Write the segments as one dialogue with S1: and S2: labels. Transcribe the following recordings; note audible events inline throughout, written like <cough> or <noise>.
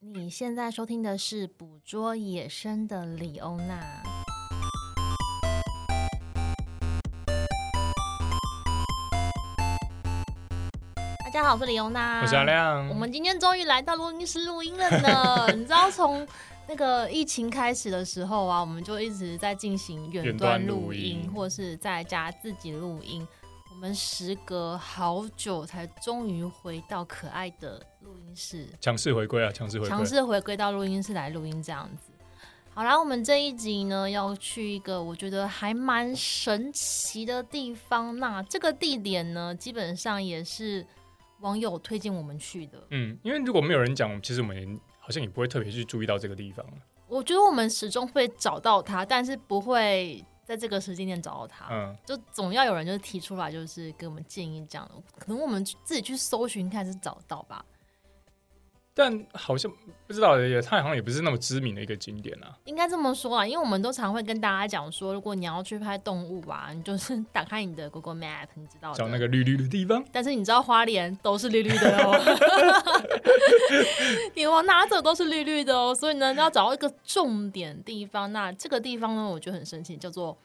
S1: 你现在收听的是《捕捉野生的李欧娜》。大家好，我是李欧娜，
S2: 我是阿亮。
S1: 啊我们今天终于来到录音室录音了呢。
S2: <laughs>
S1: 你知道从那个疫情开始的时候啊，我们就一直在进行远
S2: 远
S1: 端
S2: 端
S1: 录
S2: 录
S1: 音，
S2: 音
S1: 或是在家自己录音。我们时隔好久才终于回到可爱的录音室，
S2: 强势回归啊，强势回
S1: 强
S2: 归。
S1: 势回归到录音室来录音这样子。好啦，我们这一集呢要去一个我觉得还蛮神奇的地方。那这个地点呢，基本上也是网友推荐我们去的。
S2: 嗯，因为如果没有人讲，其实我们也好像也不会特别去注意到这个地方啊
S1: 我觉得我们始终会找到它，但是不会在这个时间点找到它。
S2: 嗯，
S1: 就总要有人就是提出来，就是给我们建议这样的。可能我们自己去搜寻看是找到吧。
S2: 但好像不知道也，它好像也不是那么知名的一个景点啊。
S1: 应该这么说啊，因为我们都常会跟大家讲说，如果你要去拍动物啊，你就是 <laughs> 打开你的 Google Map，你知道的。
S2: 找那个绿绿的地方，
S1: 但是你知道花莲都是绿绿的
S2: <laughs>
S1: 哦，你往哪走都是绿绿的哦，所以呢，要找到一个重点地方。那这个地方呢，我觉得很神奇，叫做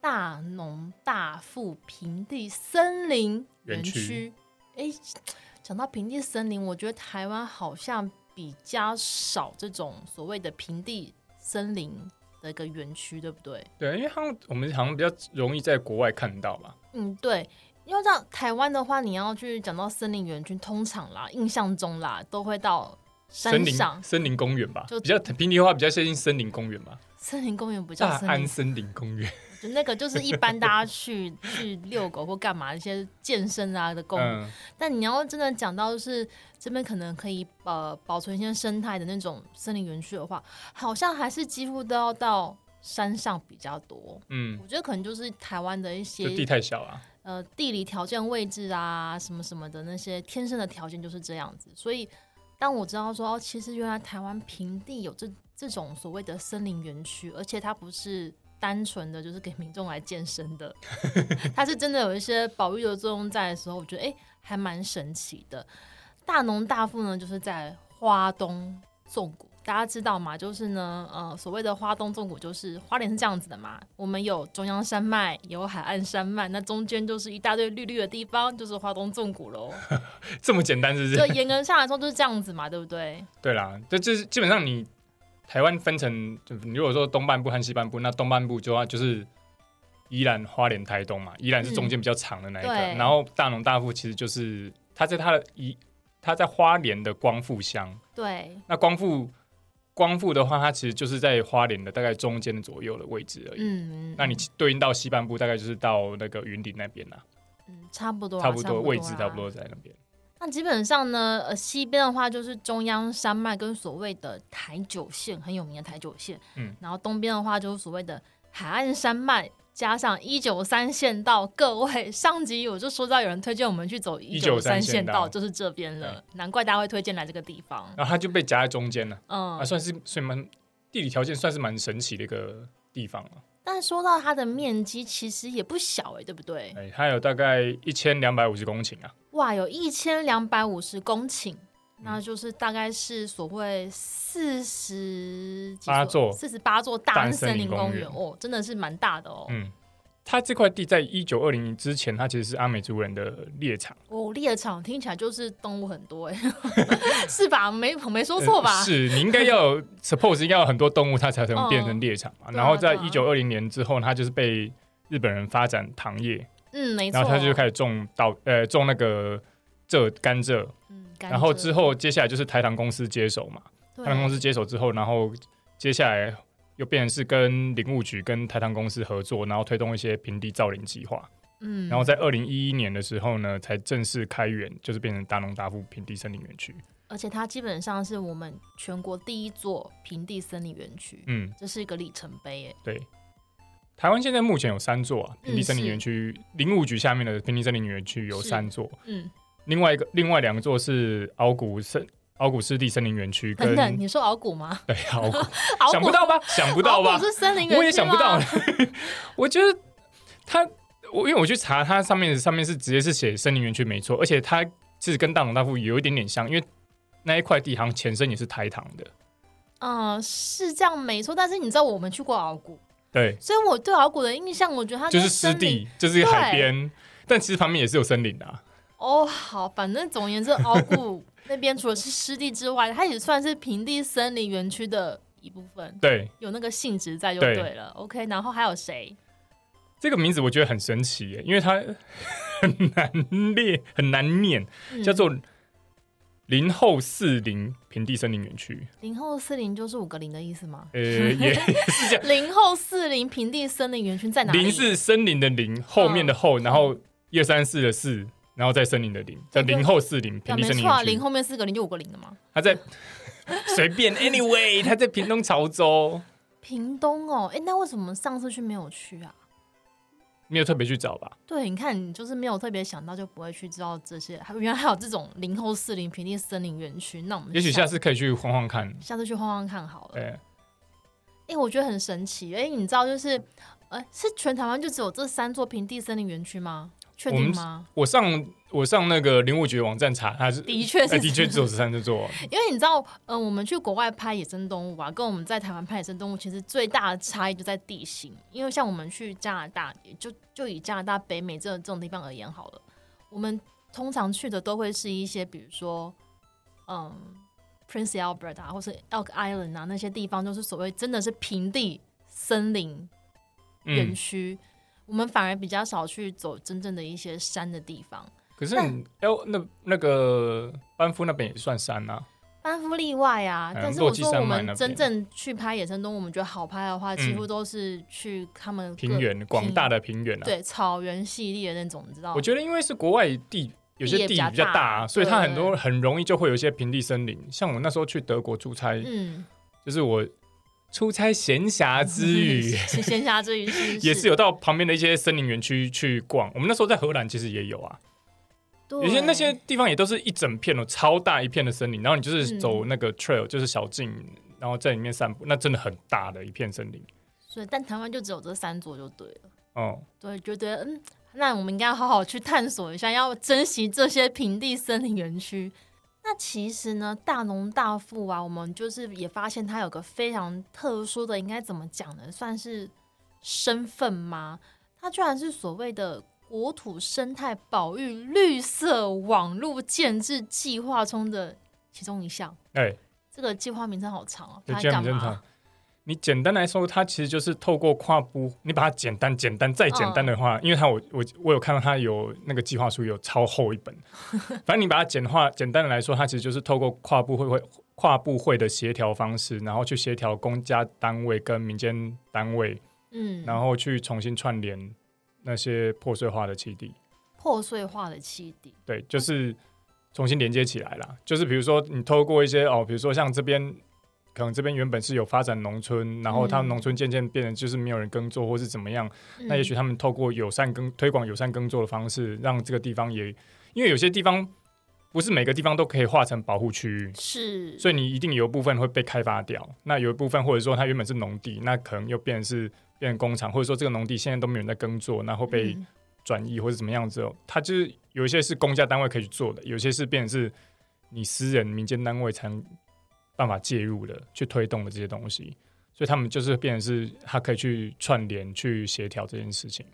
S1: 大农大富平地森林园
S2: 园
S1: 区
S2: 区。
S1: 哎，讲到平地森林，我觉得台湾好像比较少这种所谓的平地森林的一个园区，对不对？
S2: 对，因为好像我们好像比较容易在国外看到吧。
S1: 嗯，对，因为像台湾的话，你要去讲到森林园区，通常啦，印象中啦，都会到
S2: 森
S1: 山
S2: 林
S1: 上
S2: 森林公园吧，
S1: 就
S2: 比较平地的话比较接近森林公园吧，
S1: 森林公园，不叫
S2: 大
S1: 森
S2: 安
S1: 林，
S2: 森林公园。
S1: 就那个就是一般大家去
S2: <laughs>
S1: 去遛狗或干嘛一些健身啊的公园。
S2: 嗯，
S1: 但你要真的讲到是这边可能可以呃保存一些生态的那种森林园区的话，好像还是几乎都要到山上比较多。
S2: 嗯，
S1: 我觉得可能就是台湾的一些
S2: 就地太小啊。
S1: 呃地理条件、位置啊，什么什么的那些天生的条件就是这样子。所以当我知道说，哦，其实原来台湾平地有这这种所谓的森林园区，而且它不是单纯的就是给民众来健身的， <laughs> 它是真的有一些保育的作用在的时候，我觉得诶还蛮神奇的。大农大富呢，就是在花东纵谷。大家知道嘛？就是呢，呃，所谓的花东纵谷，就是花莲是这样子的嘛。我们有中央山脉，有海岸山脉，那中间就是一大堆绿绿的地方，就是花东纵谷
S2: <laughs>
S1: 喽。
S2: 这么简单是不？
S1: 就是严格上来说就是这样子嘛，对不对？
S2: 对啦，这就是基本上你台湾分成，就你如果说东半部和西半部，那东半部就要就是宜兰、花莲、台东嘛，宜兰是中间比较长的那一个，
S1: 嗯对
S2: 然后大农大富其实就是它在它的宜，它在花莲的光复乡，
S1: 对，
S2: 那光复光复的话，它其实就是在花莲的大概中间左右的位置而已。
S1: 嗯，
S2: 那你对应到西半部，大概就是到那个云林那边啦，
S1: 嗯差不多啦，
S2: 差不多位置
S1: 啦
S2: 差不多在那边。
S1: 那基本上呢，呃，西边的话就是中央山脉跟所谓的台九线很有名的台九线，
S2: 嗯，
S1: 然后东边的话就是所谓的海岸山脉。加上一九三线道，各位上集我就说到有人推荐我们去走一九三
S2: 193
S1: 线
S2: 线
S1: 道，
S2: 道
S1: 就是这边了，难怪大家会推荐来这个地方。
S2: 然后它就被夹在中间了，
S1: 嗯
S2: 啊，，算是所以蛮地理条件算是蛮神奇的一个地方了。啊
S1: 但说到它的面积，其实也不小欸诶、对不对？
S2: 哎，它有大概一千两百五十公顷啊，
S1: 哇，有一千两百五十公顷，
S2: 嗯
S1: 那就是大概是所谓四十
S2: 八座
S1: 四十八座大安
S2: 大安
S1: 森
S2: 森
S1: 林
S2: 林
S1: 公
S2: 公
S1: 园
S2: 园
S1: 哦，真的是蛮大的哦。
S2: 嗯，它这块地在一九二零年之前，它其实是阿美族人的猎场，
S1: 哦，猎场听起来就是动物很多哎， <laughs> 是吧？没我没说错吧
S2: 呃？是你应该要
S1: <laughs>
S2: 有 suppose 应该有很多动物，它才
S1: 嗯
S2: 能变成猎场嘛。
S1: 对啊
S2: 然后在
S1: 对啊
S2: 一九二零年之后，它就是被日本人发展糖业，
S1: 嗯，没错。
S2: 然后他就开始种稻，呃，种那个蔗甘蔗，
S1: 嗯，
S2: 然后之
S1: 后
S2: 后接下来就是台糖公司接手嘛，台糖公司接手之后，然后接下来又变成是跟林务局跟台糖公司合作，然后推动一些平地造林计划。
S1: 嗯，
S2: 然后在二零一一年的时候呢，才正式开园，就是变成大农大富平地森林园区。
S1: 而且它基本上是我们全国第一座平地森林园区，
S2: 嗯，
S1: 这是一个里程碑哎。
S2: 对。台湾现在目前有三
S1: 嗯
S2: 座啊，平地森林园区、林务局下面的平地森林园区有
S1: 是
S2: 三座，
S1: 嗯，
S2: 另外一个另外两座是鳌谷森鳌谷湿地森林园区跟
S1: 等等，你说鳌谷吗？
S2: <laughs> 对鳌
S1: <laughs>
S2: 谷，
S1: 鳌
S2: 想
S1: 谷
S2: 不到吧？想不到吧
S1: 鳌？谷是森林园区吗
S2: 我也想不到， <laughs> 我觉得它，我因为我去查它上面上面是直接是写森林园区没错，而且它其实跟大龙大富有一点点像，因为那一块地好像前身也是台糖的，
S1: 嗯，是这样没错。但是你知道我们去过鳌谷，
S2: 对，
S1: 所以我对鳌谷的印象，我觉得它
S2: 就是
S1: 跟
S2: 湿
S1: 哦森林
S2: 地，就是海边，但其实旁边也是有森林的、啊。
S1: 哦，好，反正总而言之，鳌
S2: <laughs>
S1: 谷那边除了是湿地之外，它也算是平地森林园区的一部分，
S2: 对，
S1: 有那个性质在就
S2: 对
S1: 对了。OK，然后还有谁？
S2: 这个名字我觉得很神奇耶，因为它很难列，很难念，
S1: 嗯
S2: 叫做林后四林平地森林园区。
S1: 零后四零，就是五个零的意思吗？
S2: 呃，也是这样，
S1: 零后四零平地森林园区在哪里？哦
S2: 林是森林的林，后面的后，然后一二三四的四，然后再森林的林，叫
S1: 这个
S2: 林后四林
S1: 对
S2: 平
S1: 啊
S2: 地
S1: 没
S2: 森林
S1: 错啊，
S2: 园
S1: 零
S2: 区。
S1: 后面四个零就五个零了嘛。
S2: 它在 <laughs> 随便，anyway，它在屏东潮州，
S1: 屏东哦，哎，那为什么上次去没有去啊？
S2: 没有特别去找吧？
S1: 对，你看，你就是没有特别想到，就不会去知道这些。还原来还有这种零后四零平地森林园区，那我们
S2: 也许
S1: 下
S2: 下次可以去晃晃看。
S1: 下次去晃晃看好了。
S2: 对，
S1: 哎、我觉得很神奇。哎、你知道就是，呃，是全台湾就只有这三座平地森林园区吗？确
S2: 我
S1: 定
S2: 们
S1: 吗？
S2: 我上我上那个林务局网站查，它是
S1: 的确是
S2: 哎的确只有十三只
S1: <laughs>
S2: 座，
S1: 因为你知道，嗯、我们去国外拍野生动物啊，跟我们在台湾拍野生动物，其实最大的差异就在地形。因为像我们去加拿大，就就以加拿大北美这这种地方而言好了，我们通常去的都会是一些，比如说，嗯，Prince Albert 啊，或是 Elk Island 啊那些地方，就是所谓真的是平地森林园
S2: 嗯，
S1: 区。我们反而比较少去走真正的一些山的地方，
S2: 可是你要那那个班夫那边也算山啊，
S1: 班夫例外啊。
S2: 嗯
S1: 但是我
S2: 落基
S1: 说
S2: 山
S1: 我
S2: 脉
S1: 们
S2: 那边
S1: 真正去拍野生动物，我们觉得好拍的话，
S2: 嗯
S1: 几乎都是去他们各
S2: 平原广大的平原啊。
S1: 对草原系列的那种，你知道
S2: 我
S1: 吗？
S2: 觉得因为是国外地，有些
S1: 哦地也
S2: 地
S1: 比
S2: 比
S1: 较
S2: 较
S1: 大
S2: 大啊，所以它很多
S1: 对
S2: 很容易就会有一些平地森林。像我那时候去德国出差，
S1: 嗯，
S2: 就是我出差闲暇之余，
S1: <laughs> 是闲暇之余是
S2: <laughs> 也是有到旁边的一些森林园区去逛。我们那时候在荷兰其实也有啊，有些那些地方也都是一整片哦，超大一片的森林，然后你就是
S1: 嗯
S2: 走那个 trail，就是小径，然后在里面散步，那真的很大的一片森林。
S1: 所以但台湾就只有这三座就对了。
S2: 哦、
S1: 对，觉得嗯，那我们应该好好去探索一下，要珍惜这些平地森林园区。那其实呢，大农大富啊，我们就是也发现它有个非常特殊的，应该怎么讲呢？算是身份吗？它居然是所谓的国土生态保育绿色网络建制计划中的其中一项。
S2: 哎，
S1: 这个计划名称好长哦、
S2: 对
S1: 它，
S2: 这
S1: 在干
S2: 样正
S1: 嘛
S2: 常？。你简单来说，它其实就是透过跨步，你把它简单、简单再简单的话，因为它我我我有看到它有那个计划书有超厚一本， <laughs> 反正你把它简化、简单的来说，它其实就是透过跨部会会跨部会的协调方式，然后去协调公家单位跟民间单位，
S1: 嗯，
S2: 然后去重新串联那些破碎化的基地。
S1: 破碎化的基地。
S2: 对，就是重新连接起来啦。就是比如说，你透过一些哦，比如说像这边，可能这边原本是有发展农村，然后他们
S1: 嗯
S2: 农村渐渐变得就是没有人耕作，或是怎么样。
S1: 嗯
S2: 那也许他们透过友善耕推广友善耕作的方式，让这个地方也，因为有些地方不是每个地方都可以划成保护区域。
S1: 是，
S2: 所以你一定有一部分会被开发掉，那有一部分或者说它原本是农地，那可能又变成是变成工厂，或者说这个农地现在都没有人在耕作，然后被
S1: 嗯
S2: 转移或者怎么样之后，它就是有一些是公家单位可以去做的，有些是变成是你私人民间单位才能办法介入的，去推动的这些东西。所以他们就是变成是，他可以去串联、去协调这件事情。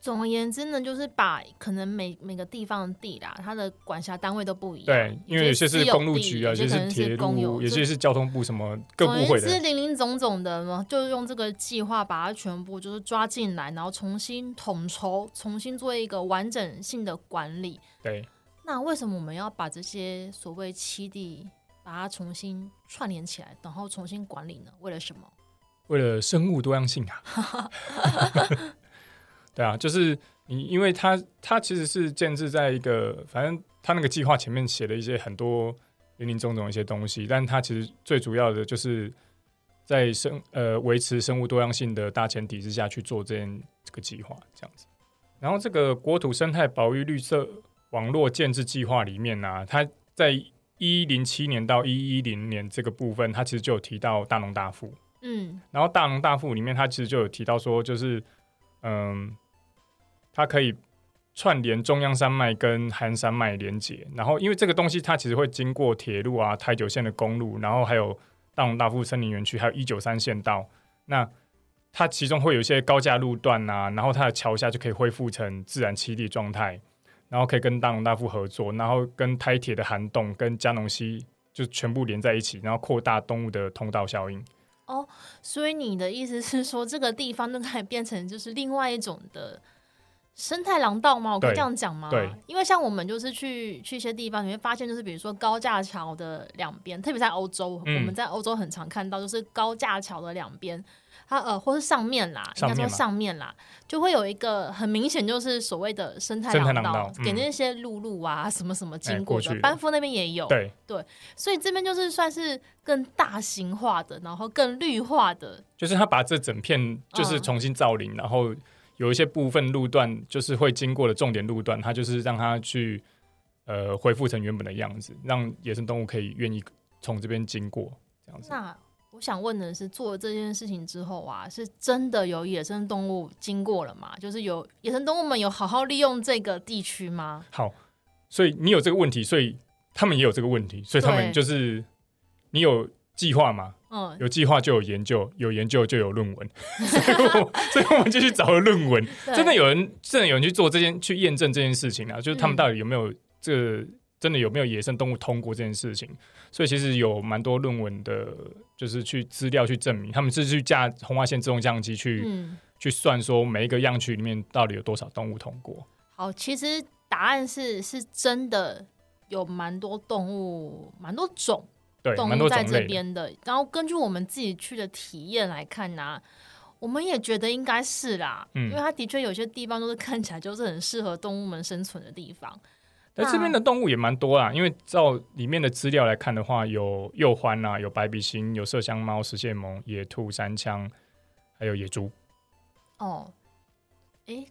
S1: 总而言之呢，就是把可能每每个地方的地啦，它的管辖单位都不一样。
S2: 对，因为有些
S1: 私
S2: 是
S1: 有
S2: 公路
S1: 地
S2: 局啊，有些
S1: 可
S2: 是
S1: 能
S2: 铁
S1: 是公有
S2: 路，有
S1: 就
S2: 些是交通部什么各
S1: 总而
S2: 部
S1: 言
S2: 会
S1: 之
S2: 的。
S1: 零零总总的嘛，就用这个计划把它全部就是抓进来，然后重新统筹，重新做一个完整性的管理。
S2: 对，
S1: 那为什么我们要把这些所谓七地把它重新串联起来，然后重新管理呢？为了什么？
S2: 为了生物多样性啊。 <laughs> 对啊，就是你，因为它它其实是建制在一个，反正它那个计划前面写了一些很多林林总总的一些东西，但它其实最主要的就是在生呃维持生物多样性的大前提之下去做这件这个计划这样子。然后这个国土生态保育绿色网络建制计划里面呢、它在一零七年到一一零年这个部分，它其实就有提到大农大富，
S1: 嗯
S2: 然后《大农大富》里面，他其实就有提到说，就是嗯，他可以串联中央山脉跟韩山脉连接。然后，因为这个东西它其实会经过铁路啊、台九线的公路，然后还有大龙大富森林园区，还有一九三县道。那它其中会有一些高架路段啊，然后它的桥下就可以恢复成自然栖地状态，然后可以跟大龙大富合作，然后跟台铁的涵洞跟嘉农溪就全部连在一起，然后扩大东吴的通道效应。
S1: 所以你的意思是说，这个地方就可以变成就是另外一种的生态廊道吗？我可以
S2: 对
S1: 这样讲吗？
S2: 对，
S1: 因为像我们就是去去一些地方，你会发现就是比如说高架桥的两边，特别在欧洲，
S2: 嗯
S1: 我们在欧洲很常看到，就是高架桥的两边。它呃，或是上面啦，应
S2: 上
S1: 该
S2: 面
S1: 说
S2: 嘛
S1: 上面啦，就会有一个很明显，就是所谓的生态
S2: 生态
S1: 廊
S2: 廊
S1: 道
S2: 道，嗯哎
S1: 给那些路路啊什么什么经过
S2: 过
S1: 的
S2: 去。了
S1: 班夫那边也有，
S2: 对，
S1: 所以这边就是算是更大型化的，然后更绿化的
S2: 就是他把这整片就是重新造林，然后有一些部分路段就是会经过的重点路段，他就是让它去呃恢复成原本的样子，让野生动物可以愿意从这边经过这样子。
S1: 那我想问的是，做了这件事情之后啊，是真的有野生动物经过了吗？就是有野生动物们有好好利用这个地区吗？
S2: 好，所以你有这个问题，所以他们也有这个问题，所以他
S1: 对
S2: 们就是你有计划嘛？
S1: 嗯，
S2: 有计划就有研究，有研究就有论文， <laughs> 所以我所以我们就去找了论文。
S1: 对
S2: 真的有人，真的有人去做这件，去验证这件事情啊，就是他们
S1: 嗯
S2: 到底有没有这个真的有没有野生动物通过这件事情？所以其实有蛮多论文的，就是去资料去证明，他们是去架红外线自动相机去、
S1: 嗯，
S2: 去算说每一个样区里面到底有多少动物通过。
S1: 好，其实答案是是真的有蛮多动物，蛮多种。
S2: 对，蛮
S1: 动物
S2: 多
S1: 在
S2: 种
S1: 这
S2: 类的，
S1: 边的。然后根据我们自己去的体验来看呢、我们也觉得应该是啦，
S2: 嗯
S1: 因为它的确有些地方都是看起来就是很适合动物们生存的地方。
S2: 但这边
S1: 嗯
S2: 的动物也蛮多啦。因为照里面的资料来看的话，有鼬獾啊，有白鼻星，有麝香猫、石蟹獴、野兔、山枪，还有野猪。
S1: 哦，诶，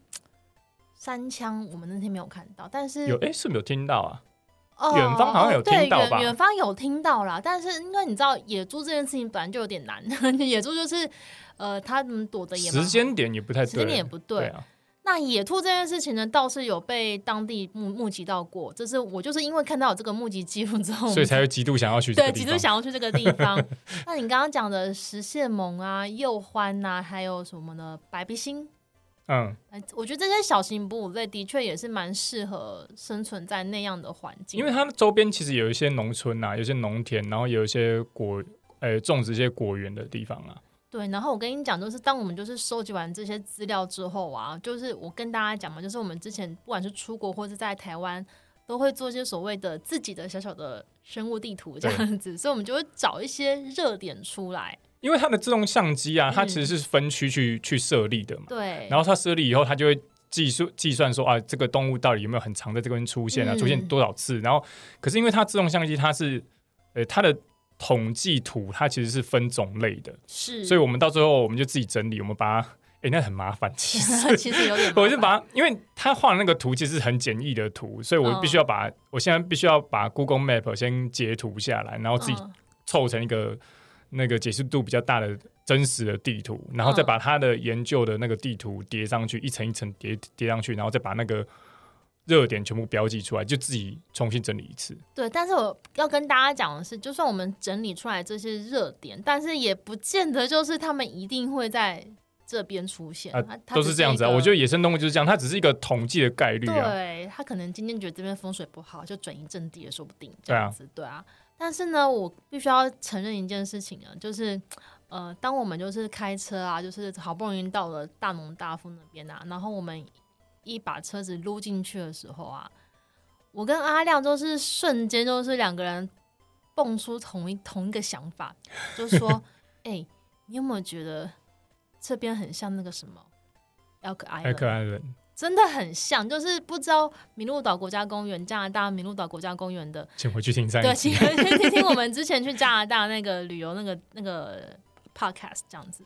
S1: 三枪我们那天没有看到，但是
S2: 有哎、是不是有听到啊？
S1: 哦
S2: 远方好像有
S1: 哦对
S2: 听到吧
S1: 远远方有听到啦，但是因为你知道野猪这件事情本来就有点难， <laughs> 野猪就是呃，它们躲得也蛮
S2: 时间点也不太对，
S1: 时间点也不对。
S2: 对啊，
S1: 那野兔这件事情呢，倒是有被当地目目击到过，这是我就是因为看到有这个目击记录之后，
S2: 所以才会极度想要去
S1: 嗯
S2: 这
S1: 对
S2: 个
S1: 极
S2: 地
S1: 度
S2: 方。
S1: 想要去这个地
S2: <laughs>
S1: 方。那你刚刚讲的石蟹獴啊、鼬獾呐，还有什么呢？白鼻星，
S2: 嗯，
S1: 哎我觉得这些小型哺乳类的确也是蛮适合生存在那样的环境，
S2: 因为它的周边其实有一些农村啊，有一些农田，然后有一些果，呃，种植一些果园的地方啊。
S1: 对，然后我跟你讲，就是当我们就是收集完这些资料之后啊，就是我跟大家讲嘛，就是我们之前不管是出国或是在台湾，都会做一些所谓的自己的小小的生物地图这
S2: 对
S1: 样子，所以我们就会找一些热点出来。
S2: 因为它的自动相机啊，它
S1: 嗯
S2: 其实是分区去去设立的嘛。
S1: 对，
S2: 然后它设立以后，它就会计数计算说啊，这个动物到底有没有很常在这边出现啊，
S1: 嗯
S2: 出现多少次？然后，可是因为它自动相机，它是呃它的统计图，它其实是分种类的，
S1: 是，
S2: 所以我们到最后我们就自己整理，我们把它，哎，那很麻烦，其实。
S1: <laughs> 其实有点麻烦，
S2: <laughs> 我就把它，因为他画的那个图其实是很简易的图，所以我
S1: 嗯
S2: 必须要把、我现在必须要把 Google Map 先截图下来，然后自己
S1: 嗯
S2: 凑成一个那个解析度比较大的真实的地图，然后再
S1: 嗯
S2: 把它的研究的那个地图叠上去，一层一层叠叠上去，然后再把那个热点全部标记出来，就自己重新整理一次。
S1: 对，但是我要跟大家讲的是，就算我们整理出来这些热点，但是也不见得就是他们一定会在这边出现，
S2: 啊
S1: 它它
S2: 都
S1: 只
S2: 是这样
S1: 一
S2: 子啊，
S1: 个
S2: 我觉得野生动物就是这样，它只是一个统计的概率啊。
S1: 对他可能今天觉得这边风水不好，就转移阵地也说不定。这
S2: 对啊
S1: 样子，对啊。但是呢，我必须要承认一件事情啊，就是呃，当我们就是开车啊，就是好不容易到了大农大富那边啊，然后我们一把车子撸进去的时候啊，我跟阿亮就是瞬间就是两个人蹦出同一同一个想法，就说：“
S2: <laughs>
S1: 哎、你有没有觉得这边很像那个什么 Elk Island？”
S2: 太可爱了，
S1: 真的很像，就是不知道麋鹿岛国家公园、加拿大麋鹿岛国家公园的，
S2: 请回去听上一
S1: 对，
S2: 集
S1: 请去听听我们之前去加拿大那个旅游那个 <laughs> 那个 podcast 这样子。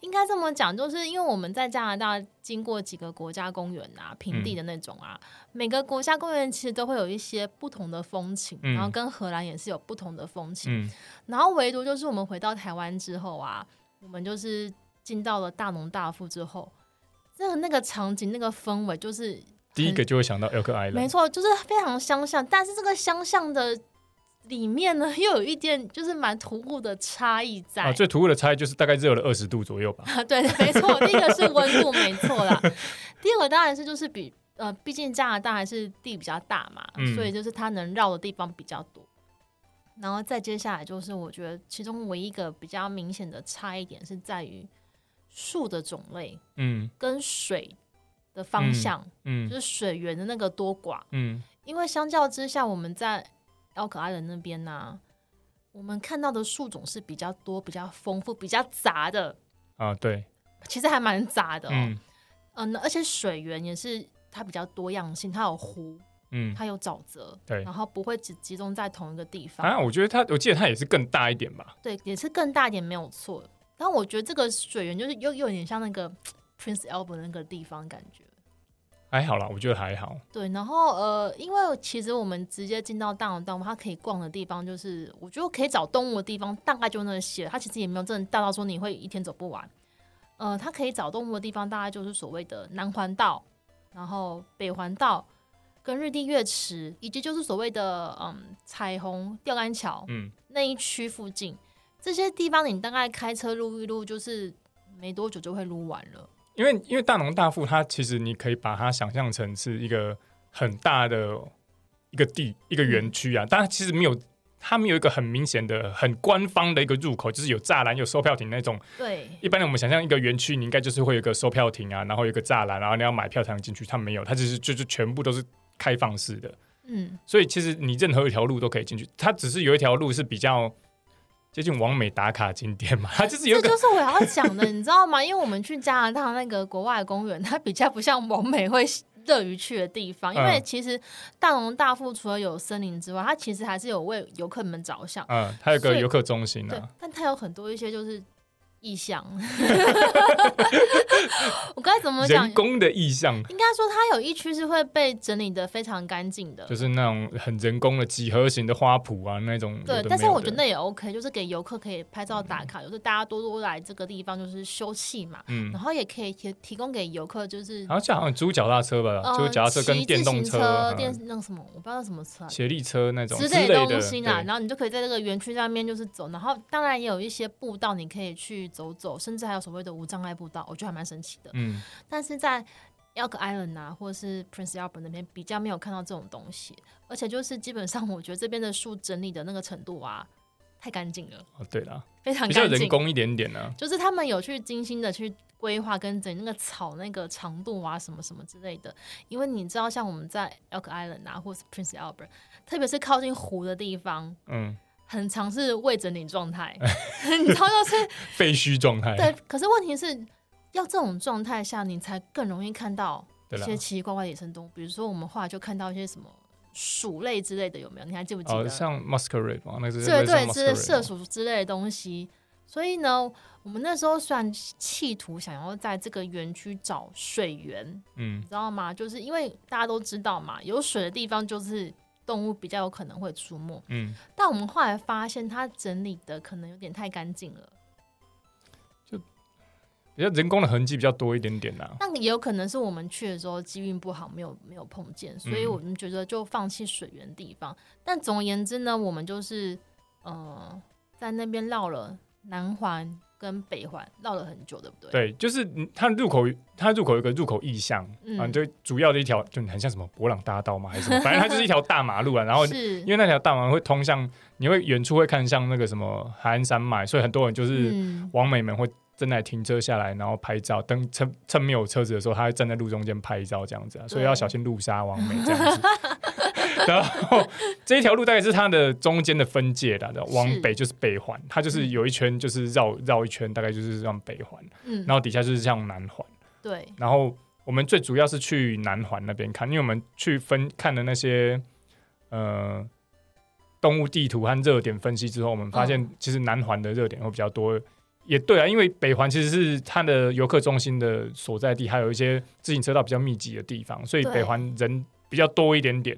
S1: 应该这么讲，就是因为我们在加拿大经过几个国家公园啊、平地的那种
S2: 嗯
S1: 啊，每个国家公园其实都会有一些不同的风情，
S2: 嗯
S1: 然后跟荷兰也是有不同的风情。
S2: 嗯，
S1: 然后唯独就是我们回到台湾之后啊，我们就是进到了大农大富之后，真的那个场景、那个氛围，就是
S2: 第一个就会想到 Elk
S1: 没
S2: Island，
S1: 错，就是非常相像，但是这个相像的里面呢，又有一点就是蛮突兀的差异在。
S2: 啊，最突兀的差异就是大概热了二十度左右吧。
S1: <laughs> 对，没错，第一个是温度，没错
S2: <laughs>
S1: 啦。第二个当然是就是比呃，毕竟加拿大还是地比较大嘛，
S2: 嗯
S1: 所以就是它能绕的地方比较多。然后再接下来就是，我觉得其中唯一一个比较明显的差异点是在于树的种类
S2: 嗯
S1: 跟水的方向，就
S2: 嗯
S1: 是水源的那个多寡。
S2: 嗯，
S1: 因为相较之下，我们在奥可爱人那边呢、我们看到的树种是比较多、比较丰富、比较杂的，
S2: 啊对，
S1: 其实还蛮杂的哦。
S2: 嗯
S1: 嗯，而且水源也是它比较多样性，它有湖，
S2: 嗯，
S1: 它有沼泽，
S2: 对
S1: 然后不会只集中在同一个地方，
S2: 啊，我觉得它，我记得它也是更大一点吧。
S1: 对，也是更大一点没有错。但我觉得这个水源就是又又有点像那个 Prince Albert 那个地方感觉，
S2: 还好啦，我觉得还好。
S1: 对。然后呃，因为其实我们直接进到大龙大它可以逛的地方，就是我觉得可以找动物的地方大概就那些，它其实也没有真的大到说你会一天走不完。呃，它可以找动物的地方大概就是所谓的南环道，然后北环道跟日地月池，以及就是所谓的嗯彩虹钓竿桥
S2: 嗯
S1: 那一区附近，这些地方你大概开车撸一撸，就是没多久就会撸完了。
S2: 因为因为大农大富，它其实你可以把它想象成是一个很大的一个地一个
S1: 嗯
S2: 园区啊，但它其实没有。它没有一个很明显的、很官方的一个入口，就是有栅栏、有售票亭那种。
S1: 对，
S2: 一般的我们想象一个园区，你应该就是会有一个售票亭啊，然后有一个栅栏，然后你要买票才能进去。它没有，它只是就是全部都是开放式的。
S1: 嗯，
S2: 所以其实你任何一条路都可以进去，它只是有一条路是比较接近完美打卡景点嘛， <laughs> 它就是有
S1: 这
S2: 一个
S1: 就是我要讲的，你知道吗？因为我们去加拿大那个国外公园，它比较不像蒙美会乐于去的地方，因为
S2: 嗯
S1: 其实大农大富除了有森林之外，它其实还是有为游客们着想。
S2: 嗯，它有
S1: 所
S2: 个
S1: 以
S2: 游客中心
S1: 对
S2: 啊，，
S1: 但它有很多一些就是意象， <laughs> 我该怎么讲
S2: 人？工的意象，
S1: 应该说它有一区是会被整理的非常干净的
S2: 就，是那种很人工的几何形的花圃啊那种有的没
S1: 对
S2: 有的。，
S1: 但是我觉得那也 OK，就是给游客可以拍照打卡，就是大家多多来这个地方就是休憩嘛，
S2: 嗯啊
S1: 然，后也可以提提供给游客就是
S2: 然后就好像租脚踏车吧，
S1: 呃
S2: 租脚踏车跟
S1: 骑
S2: 电动
S1: 自行
S2: 车、
S1: 电
S2: 嗯
S1: 那个什么，我不知道那什么车啊
S2: 协力车那种
S1: 之
S2: 类
S1: 类
S2: 的
S1: 东西啦。
S2: 对
S1: 然后你就可以在这个园区上面就是走，然后当然也有一些步道你可以去走走，甚至还有所谓的无障碍步道，我觉得还蛮神奇的。
S2: 嗯，
S1: 但是在 Elk Island 啊，或者是 Prince Albert 那边比较没有看到这种东西，而且就是基本上我觉得这边的树整理的那个程度啊，太干净了，
S2: 哦对啦，
S1: 非常
S2: 比较
S1: 干
S2: 人
S1: 净。
S2: 工一点点呢、啊。
S1: 就是他们有去精心的去规划跟整那个草那个长度啊什么什么之类的，因为你知道像我们在 Elk Island 啊，或是 Prince Albert，特别是靠近湖的地方，
S2: 嗯，
S1: 很常是未整理状
S2: <laughs>
S1: 态，你知道就是
S2: 废墟状态，
S1: 对，可是问题是要这种状态下，你才更容易看到一
S2: 对啦
S1: 些奇奇怪怪的野生动物，比如说我们后来就看到一些什么鼠类之类的，有没有？你还记不记得？
S2: 哦，像 masquerade 嘛，那个是
S1: 对
S2: 类似像
S1: 对，
S2: 哦
S1: 是
S2: masquerade
S1: 射
S2: 嘛
S1: 鼠之类的东西。所以呢，我们那时候虽然企图想要在这个园区找水源，
S2: 嗯
S1: 你知道吗？就是因为大家都知道嘛，有水的地方就是动物比较有可能会出没。
S2: 嗯。
S1: 但我们后来发现，它整理的可能有点太干净了。
S2: 比较人工的痕迹比较多一点啊点啦、
S1: 那也有可能是我们去的时候机运不好，没有没有碰见，所以
S2: 嗯
S1: 我们觉得就放弃水源地方。但总而言之呢，我们就是呃在那边绕了南环跟北环，绕了很久，对不对？
S2: 对，就是你它入口，它入口有一个入口意向、
S1: 嗯
S2: 啊，就主要的一条，就很像什么博朗大道嘛，还是什
S1: <laughs>
S2: 么，反正它就是一条大马路啊。然后
S1: 是
S2: 因为那条大马路会通向，你会远处会看向那个什么海岸山脉，所以很多人就是
S1: 嗯，
S2: 网美们会正在停车下来，然后拍照。等趁趁没有车子的时候，他会站在路中间拍照这样
S1: 嗯
S2: 子啊，所以要小心路杀网美这样子。 <laughs> 然后这一条路大概是它的中间的分界啦，然后往
S1: 是
S2: 北就是北环，它就是有一圈就是绕绕一圈，大概就是让北环，
S1: 嗯
S2: 然后底下就是像南环。
S1: 对，
S2: 然后我们最主要是去南环那边看，因为我们去分看了那些呃动物地图和热点分析之后，我们
S1: 嗯
S2: 发现其实南环的热点会比较多。也对啊，因为北环其实是它的游客中心的所在地，还有一些自行车道比较密集的地方，所以
S1: 对
S2: 北环人比较多一点点。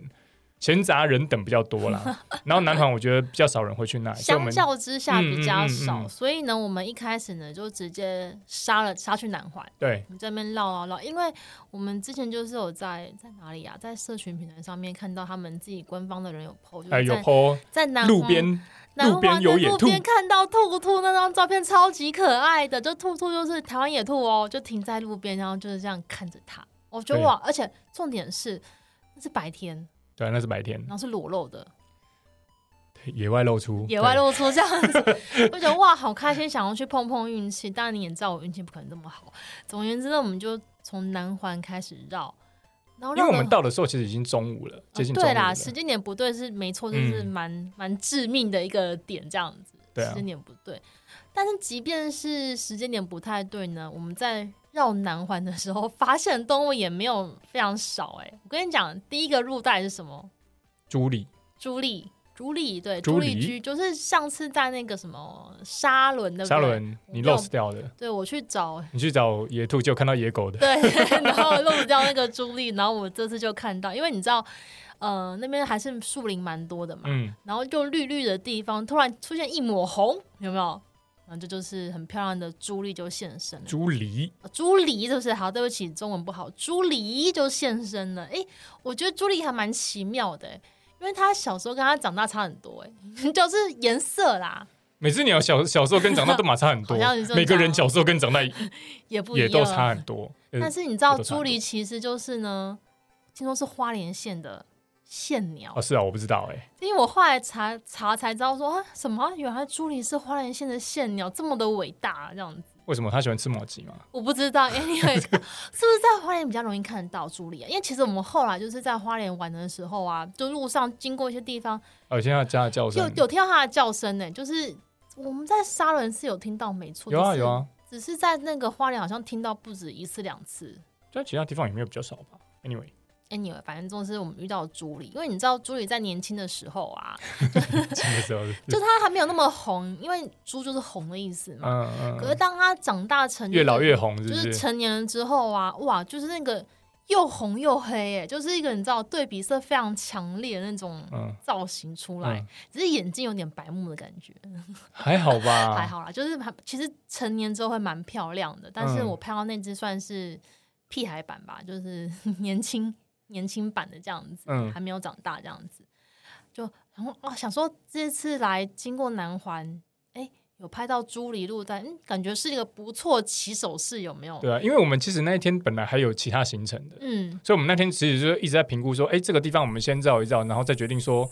S2: 闲杂人等比较
S1: <laughs>
S2: 多啦。然后南团我觉得比较少人会去那里，所以我
S1: 相
S2: 们
S1: 较之下比较少，
S2: 嗯嗯嗯嗯
S1: 所以呢，我们一开始呢就直接杀了杀去南环，
S2: 对
S1: 我们在那边绕绕绕，因为我们之前就是有在在哪里啊，在社群平台上面看到他们自己官方的人有 PO，就是在、
S2: 哎有 PO
S1: 在南
S2: 路
S1: 环
S2: 边
S1: 南
S2: 路边
S1: 环
S2: 有
S1: 在
S2: 野
S1: 路
S2: 兔
S1: 边看到兔兔那张照片超级可爱的，就兔兔就是台湾野兔哦，就停在路边，然后就是这样看着它，我觉得
S2: 对
S1: 哇，而且重点是那是白天，
S2: 对，啊那是白天
S1: 然后是裸露的，
S2: 野外露出，
S1: 野外
S2: 哦对
S1: 露出这样子， <laughs> 我觉得哇，好开心，想要去碰碰运气。但你也知道，我运气不可能这么好。总而言之呢，我们就从南环开始绕，然后
S2: 因
S1: 绕
S2: 为我
S1: 得
S2: 们到的时候其实已经中午了，接近
S1: 哦
S2: 中午
S1: 对
S2: 了。
S1: 啦，时间点不对是没错，就是
S2: 嗯
S1: 蛮蛮、致命的一个点这样子。
S2: 对啊
S1: 时间点不对，但是即便是时间点不太对呢，我们在绕南环的时候发现动物也没有非常少、哎，我跟你讲，第一个入袋是什么？
S2: 朱莉
S1: 朱莉，朱莉，对，
S2: 朱
S1: 朱莉
S2: 莉
S1: 居，就是上次在那个什么沙伦的
S2: 沙，伦，你
S1: 我没有
S2: lost 掉的，
S1: 对我去找， <laughs>
S2: 你去找野兔就看到野狗的，
S1: 对，啊然后漏掉那个朱莉，然后我这次就看到，因为你知道，呃，那边还是树林蛮多的嘛，
S2: 嗯，
S1: 然后就绿绿的地方突然出现一抹红，有没有？然后这就是很漂亮的朱莉就现身了，
S2: 朱莉，
S1: 呃朱莉是不是？好，对不起，中文不好，朱莉就现身了。诶，我觉得朱莉还蛮奇妙的、诶欸因为她小时候跟她长大差很多、诶， <laughs> 就是颜色啦，
S2: 每次你有小小时候跟长大都马差很
S1: <laughs>
S2: 多
S1: 好像是这，样
S2: 每个人小时候跟长大
S1: 也不一
S2: 也
S1: 样。
S2: 都差很多。呃
S1: 但是你知道朱莉其实就是呢，听说是花莲县的县鸟
S2: 哦，，是啊，我不知道哎，
S1: 因为我后来查查才知道说啊，什么原来朱莉是花莲县的县鸟，这么的伟大啊这样子。
S2: 为什么他喜欢吃抹吉嘛？
S1: 我不知道，anyway，是不
S2: <laughs>
S1: 是在花莲比较容易看得到朱莉啊？因为其实我们后来就是在花莲玩的时候啊，就路上经过一些地方，
S2: 哦，现在加的叫
S1: 有
S2: 声，
S1: 有听到她的叫声呢、就是我们在沙伦是有听到，没错，
S2: 有啊
S1: 只是
S2: 有，啊，
S1: 只是在那个花莲好像听到不止一次两次。
S2: 在其他地方有没有比较少吧？Anyway，
S1: <laughs> anyway，反正总之我们遇到朱莉，因为你知道朱莉在年轻的时候
S2: <laughs>
S1: 啊，
S2: 什么时候？
S1: 就她还没有那么红，因为朱就是红的意思嘛。
S2: 嗯
S1: 可是
S2: 嗯，
S1: 当她长大成
S2: 越老越红，
S1: 就是是
S2: 不是？
S1: 成年人之后啊，哇，就是那个又红又黑、哎，就是一个你知道对比色非常强烈的那种
S2: 嗯，
S1: 造型出来，
S2: 嗯
S1: 只是眼睛有点白目的感觉，
S2: 还好吧，
S1: 还。好啦，就是还其实成年之后会蛮漂亮的，但是
S2: 嗯
S1: 我拍到那只算是屁孩版吧，就是 <laughs> 年轻年轻版的这样子，
S2: 嗯
S1: 还没有长大这样子，就然后哦想说这次来经过南环，哎、有拍到朱梨路在，嗯，感觉是一个不错起手式，有没有？
S2: 对啊，因为我们其实那一天本来还有其他行程的，
S1: 嗯，
S2: 所以我们那天其实就一直在评估说，哎，这个地方我们先绕一绕，然后再决定说，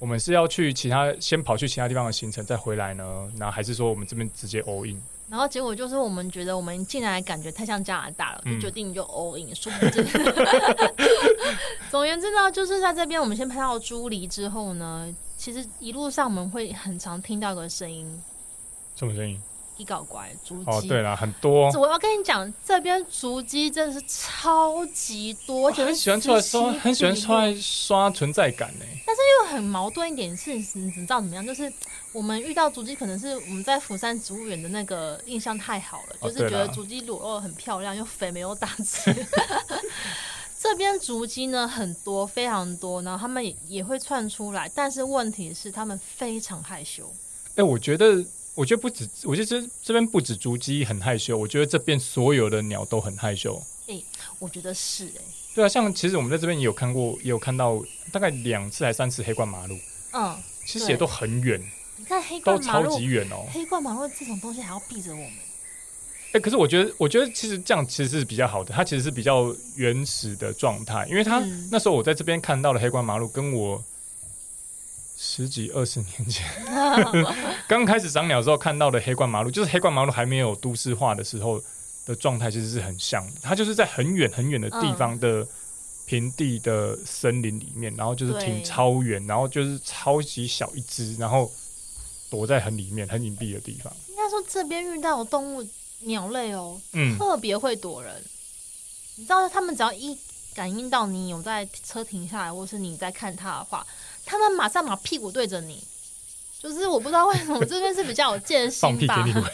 S2: 我们是要去其他，先跑去其他地方的行程再回来呢，然后还是说我们这边直接 all in？
S1: 然后结果就是我们觉得我们进来感觉太像加拿大了，就
S2: 嗯
S1: 决定就 all in，、殊不
S2: <laughs>
S1: 知。总而言之呢，就是在这边我们先拍到朱离之后呢，其实一路上我们会很常听到一个声音，
S2: 什么声音？
S1: 一搞怪竹鸡。
S2: 哦，对了，很多，
S1: 我要跟你讲，这边竹鸡真的是超级多，而且
S2: 哦很
S1: 是
S2: 喜欢出来刷，
S1: 此起彼落
S2: 很喜欢出来刷存在感呢。
S1: 很矛盾一点是，你你知道怎么样？就是我们遇到足迹，可能是我们在釜山植物园的那个印象太好了，就
S2: 哦
S1: 是觉
S2: 对
S1: 得
S2: 啦
S1: 足迹裸露很漂亮，又肥没有打直。 <laughs> 这边足迹呢很多，非常多，然后他们也也会窜出来，但是问题是他们非常害羞。
S2: 哎，我觉得，我觉得不止，我觉得这这边不止竹鸡很害羞，我觉得这边所有的鸟都很害羞。
S1: 我觉得是哎、
S2: 对啊，像其实我们在这边也有看过，也有看到大概两次还三次黑冠马路，
S1: 嗯，
S2: 其实也
S1: 对
S2: 都很远，
S1: 你看黑
S2: 都
S1: 冠马
S2: 超
S1: 路
S2: 级，远哦。
S1: 黑冠马路这种东西还要避着我们。
S2: 哎、可是我觉得，我觉得其实这样其实是比较好的，它其实是比较原始的状态，因为它、
S1: 嗯
S2: 那时候我在这边看到的黑冠马路，跟我十几二十
S1: <laughs>
S2: 年前刚开始长鸟的时候看到的黑冠马路，就是黑冠马路还没有都市化的时候的状态，其实是很像的，它就是在很远很远的地方
S1: 嗯
S2: 的平地的森林里面，然后就是
S1: 对
S2: 挺超远，然后就是超级小一只，然后躲在很里面很隐蔽的地方，
S1: 应该说这边遇到的动物鸟类哦，
S2: 嗯。
S1: 特别会躲人。你知道，他们只要一感应到你有在车停下来，或是你在看他的话，他们马上把屁股对着你。就是我不知道为什么这边是比较有戒
S2: <laughs> 放
S1: 心
S2: 屁给
S1: 吧
S2: 你，闻，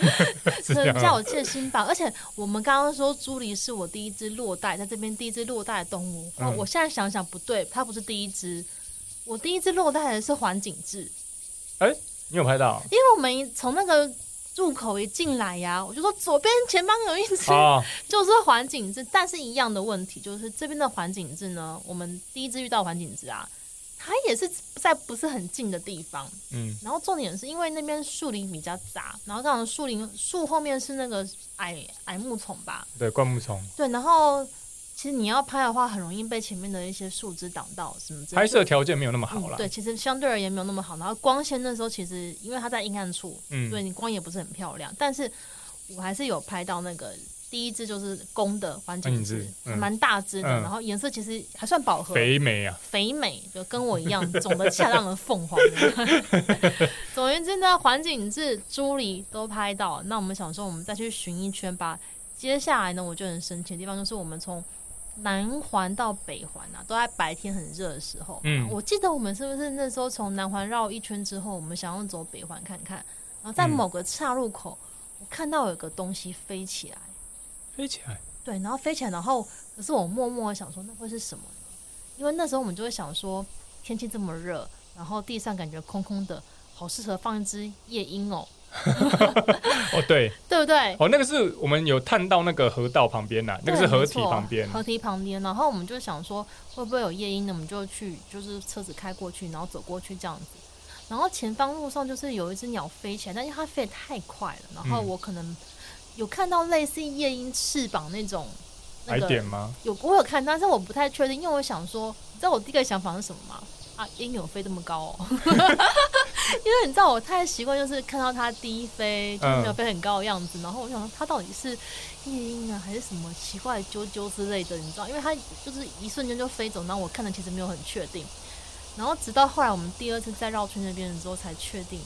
S2: 是这
S1: 对，
S2: 样
S1: 比
S2: 吗
S1: 较有戒心吧。而且我们刚刚说朱狸是我第一只落袋，在这边第一只落袋的动物。
S2: 嗯
S1: 我现在想想不对，它不是第一只，我第一次落袋的是环景志，
S2: 你有拍到
S1: 因为我们从那个入口一进来呀、我就说左边前方有一只，
S2: 啊？
S1: <laughs> 就是环景字，但是一样的问题，就是这边的环景字呢，我们第一只遇到环景字啊，它也是在不是很近的地方，
S2: 嗯，
S1: 然后重点是因为那边树林比较杂，然后刚好树林树后面是那个矮矮木丛吧，
S2: 对，灌木丛
S1: 对，然后其实你要拍的话，很容易被前面的一些树枝挡到什么之类的
S2: 拍摄条件没有那么好啦。
S1: 嗯对，其实相对而言没有那么好。然后光线那时候其实因为它在阴暗处，
S2: 嗯
S1: 对你光也不是很漂亮，但是我还是有拍到那个第一只就是公的环
S2: 环
S1: 境
S2: 境
S1: 枝
S2: 枝，嗯
S1: 蛮大只的，
S2: 嗯
S1: 然后颜色其实还算饱和，
S2: 肥美啊，
S1: 肥美，就跟我一样肿得恰当的凤凰。 <laughs> 总而言之呢，环景字、朱梨都拍到。那我们想说，我们再去巡一圈吧。接下来呢，我觉得很神奇的地方就是，我们从南环到北环啊，都在白天很热的时候。
S2: 嗯
S1: 我记得我们是不是那时候从南环绕一圈之后，我们想要走北环看看，然后在
S2: 嗯
S1: 某个岔路口，我看到有个东西飞起来。
S2: 飞起来。
S1: 对，然后飞起来，然后可是我默默地想说，那会是什么呢？因为那时候我们就会想说，天气这么热，然后地上感觉空空的，好适合放一只夜莺哦，
S2: 哦，对，
S1: 对不对？
S2: 哦，那个是我们有探到那个河道旁边呐，那个是
S1: 对没
S2: 河堤
S1: 错
S2: 旁边。
S1: 河堤旁边。然后我们就想说，会不会有夜莺呢？我们就去，就是车子开过去，然后走过去这样子。然后前方路上就是有一只鸟飞起来，但是它飞得太快了，然后
S2: 嗯
S1: 我可能有看到类似夜莺翅膀那种那
S2: 矮
S1: 个
S2: 点吗？
S1: 有我有看，但是我不太确定，因为我想说，你知道我第一个想法是什么吗？啊，鹰有飞这么高哦， <laughs> 因为你知道我太习惯就是看到它低飞，就是没有
S2: 嗯
S1: 飞很高的样子，然后我想说它到底是夜莺啊，还是什么奇怪的啾啾之类的，你知道，因为它就是一瞬间就飞走，然后我看的其实没有很确定，然后直到后来我们第二次在绕圈那边的时候才确定，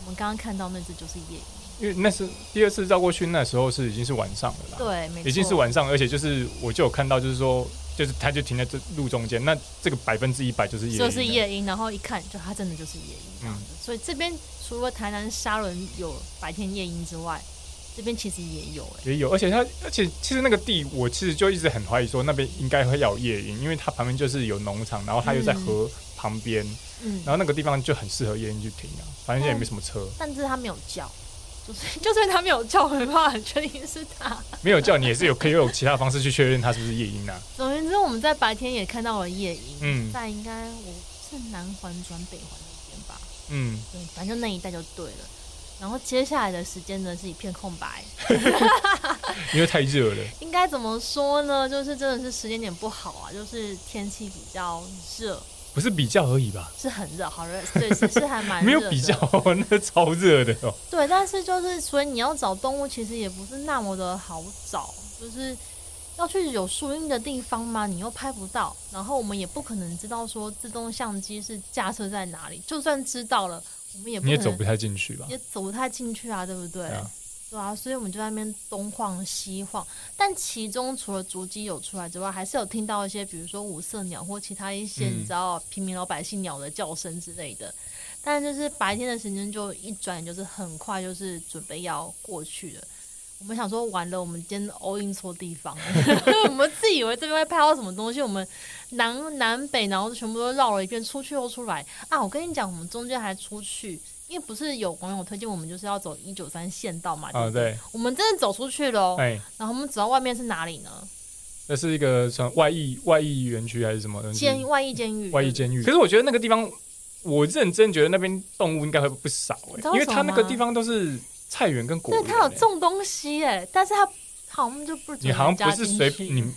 S1: 我们刚刚看到那只就是夜莺，
S2: 因为那是第二次绕过去，那时候是已经是晚上了啦。
S1: 对，没错，
S2: 啊已经是晚上，而且就是我就有看到，就是说，就是它就停在这路中间，那这个百分之一百就是夜莺了，
S1: 就是夜莺，然后一看就它真的就是夜莺这样子。所以这边除了台南沙仑有白天夜莺之外，这边其实也有哎、
S2: 也有，而且它，而且其实那个地，我其实就一直很怀疑说那边应该会有夜莺，因为它旁边就是有农场，然后它又在河旁边，
S1: 嗯
S2: 然，后那个地方就很适合夜莺去停啊，反正也没什么
S1: <laughs>
S2: 车，
S1: 但是它没有叫，就是 <laughs> 就是它没有叫，我没办法很确定是它。
S2: 没有叫你也是有可以有其他方式去确认它是不是夜莺啊，
S1: <laughs> 总而言之，我们在白天也看到了夜莺，
S2: 嗯
S1: 在应该我是南环转北环那边吧，
S2: 嗯，
S1: 对，反正就那一带就对了。然后接下来的时间呢是一片空白，
S2: 因为太热了，
S1: 应该怎么说呢？就是真的是时间点不好啊，就是天气比较热，
S2: 不是比较而已吧，
S1: 是很热，好热，对，是
S2: <laughs>
S1: 是还蛮热
S2: 没有
S1: 的
S2: 比较，那超热的哦，
S1: 对，但是就是，所以你要找动物，其实也不是那么的好找，就是要去有树荫的地方嘛，你又拍不到，然后我们也不可能知道说自动相机是架设在哪里，就算知道了，我们也不
S2: 你
S1: 可
S2: 也
S1: 能
S2: 走不太进去吧，
S1: 也走不太进去啊，对不对？
S2: 对啊
S1: 对啊，所以我们就在那边东晃西晃，但其中除了足迹有出来之外，还是有听到一些，比如说五色鸟或其他一些
S2: 嗯
S1: 你知道平民老百姓鸟的叫声之类的。但就是白天的时间就一转眼，就是很快就是准备要过去了。我们想说完了，我们今天 all in 错地方了， <laughs> 我们自以为这边会拍到什么东西，我们南南北然后全部都绕了一遍，出去又出来啊！我跟你讲，我们中间还出去，因为不是有网友推荐我们就是要走一九三县道嘛，
S2: 啊
S1: 不对？
S2: 对，
S1: 我们真的走出去了哦、
S2: 哎。
S1: 然后我们走到外面是哪里呢？
S2: 那是一个什么外役外役园区还是什么东西？
S1: 监外役监狱，
S2: 嗯外役监狱。可是我觉得那个地方，我认真觉得那边动物应该会不少、
S1: 你
S2: 欸
S1: 知道，
S2: 因为
S1: 为什么
S2: 它那个
S1: 吗
S2: 地方都是菜园跟果
S1: 对，
S2: 园、
S1: 它有
S2: 欸
S1: 种东西哎，但是它好像就不准
S2: 你好像
S1: 人家
S2: 不是随
S1: 进去
S2: 你，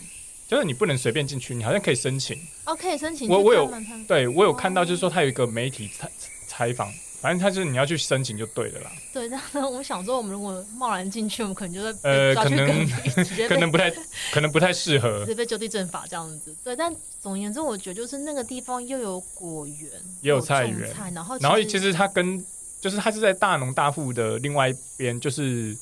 S2: 就是你不能随便进去，你好像可以申请。
S1: 哦，可以申请
S2: 我
S1: 去
S2: 我有
S1: 看看看
S2: 对我有看到，就是说它有一个媒体采采访，反正它就是你要去申请就对了啦。
S1: 对，但是我想说，我们如果贸然进去，我们可能就会被
S2: 呃
S1: 抓去
S2: 可能
S1: 隔壁， <laughs> 直接
S2: 可
S1: 被
S2: 能不太，可能不太适合
S1: 直，接被就地正法这样子。对，但总而言之，我觉得就是那个地方又有果园，
S2: 也有
S1: 种
S2: 菜园
S1: 菜然后
S2: 然后其实它跟就是它是在大农大富的另外一边，就是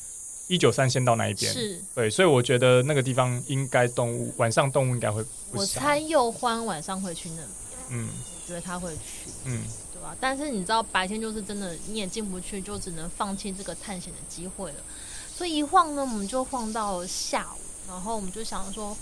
S2: 一九三县道那一边。
S1: 是
S2: 对，所以我觉得那个地方应该动物晚上动物应该会不
S1: 我
S2: 少
S1: 猜佑欢晚上会去那里，
S2: 嗯
S1: 我觉得他会去，
S2: 嗯，
S1: 对吧、但是你知道白天就是真的你也进不去，就只能放弃这个探险的机会了。所以一晃呢，我们就晃到了下午，然后我们就想说。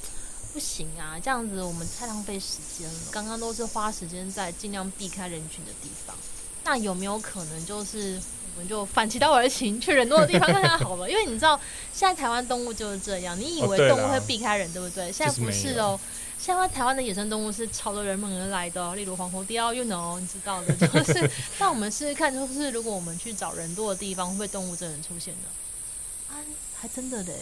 S1: 不行啊，这样子我们太浪费时间了。刚刚都是花时间在尽量避开人群的地方，那有没有可能就是我们就反其道而行，去人多的地方看看好 <laughs> 了？因为你知道现在台湾动物就是这样，你以
S2: 哦
S1: 为
S2: 对
S1: 动物
S2: 啦
S1: 会避开人，对不对？现在
S2: 就是
S1: 不
S2: 没
S1: 是
S2: 有
S1: 哦。现在台湾的野生动物是朝着人们而来的哦、例如黄喉貂，you know，你知道的， <laughs> 就是。那我们试试看，就是如果我们去找人多的地方，会不会动物真的出现呢？啊，还真的嘞，